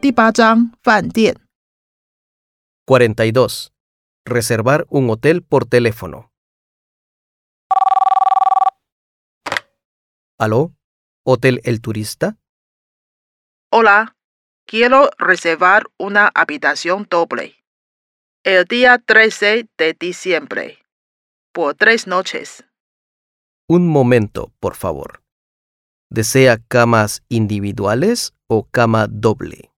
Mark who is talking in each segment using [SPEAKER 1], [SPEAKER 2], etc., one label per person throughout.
[SPEAKER 1] 第八章饭店
[SPEAKER 2] 42. Reservar un hotel por teléfono. ¿Aló? ¿Hotel El Turista?
[SPEAKER 1] Hola, quiero reservar una habitación doble. El día 13 de diciembre. Por tres noches.
[SPEAKER 2] Un momento, por favor. ¿Desea camas individuales o cama doble?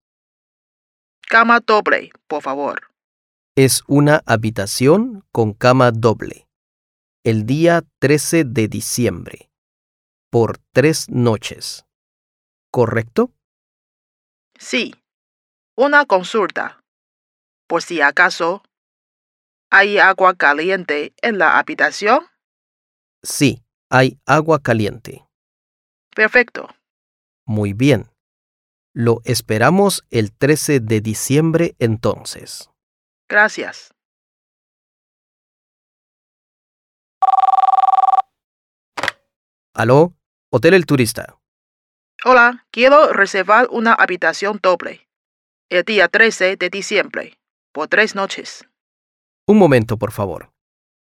[SPEAKER 1] Cama doble, por favor.
[SPEAKER 2] Es una habitación con cama doble. El día 13 de diciembre. Por tres noches. ¿Correcto?
[SPEAKER 1] Sí. Una consulta. Por si acaso, ¿hay agua caliente en la habitación?
[SPEAKER 2] Sí, hay agua caliente.
[SPEAKER 1] Perfecto.
[SPEAKER 2] Muy bien. Lo esperamos el 13 de diciembre entonces.
[SPEAKER 1] Gracias.
[SPEAKER 2] ¿Aló? Hotel El Turista.
[SPEAKER 1] Hola, quiero reservar una habitación doble. El día 13 de diciembre. Por tres noches.
[SPEAKER 2] Un momento, por favor.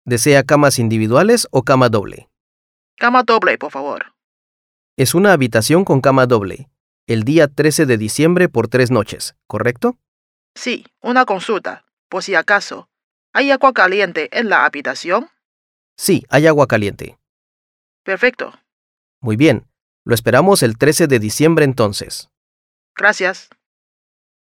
[SPEAKER 2] ¿Desea camas individuales o cama doble?
[SPEAKER 1] Cama doble, por favor.
[SPEAKER 2] Es una habitación con cama doble. El día 13 de diciembre por tres noches, ¿correcto?
[SPEAKER 1] Sí, una consulta. Por si acaso, ¿hay agua caliente en la habitación?
[SPEAKER 2] Sí, hay agua caliente.
[SPEAKER 1] Perfecto.
[SPEAKER 2] Muy bien. Lo esperamos el 13 de diciembre entonces.
[SPEAKER 1] Gracias.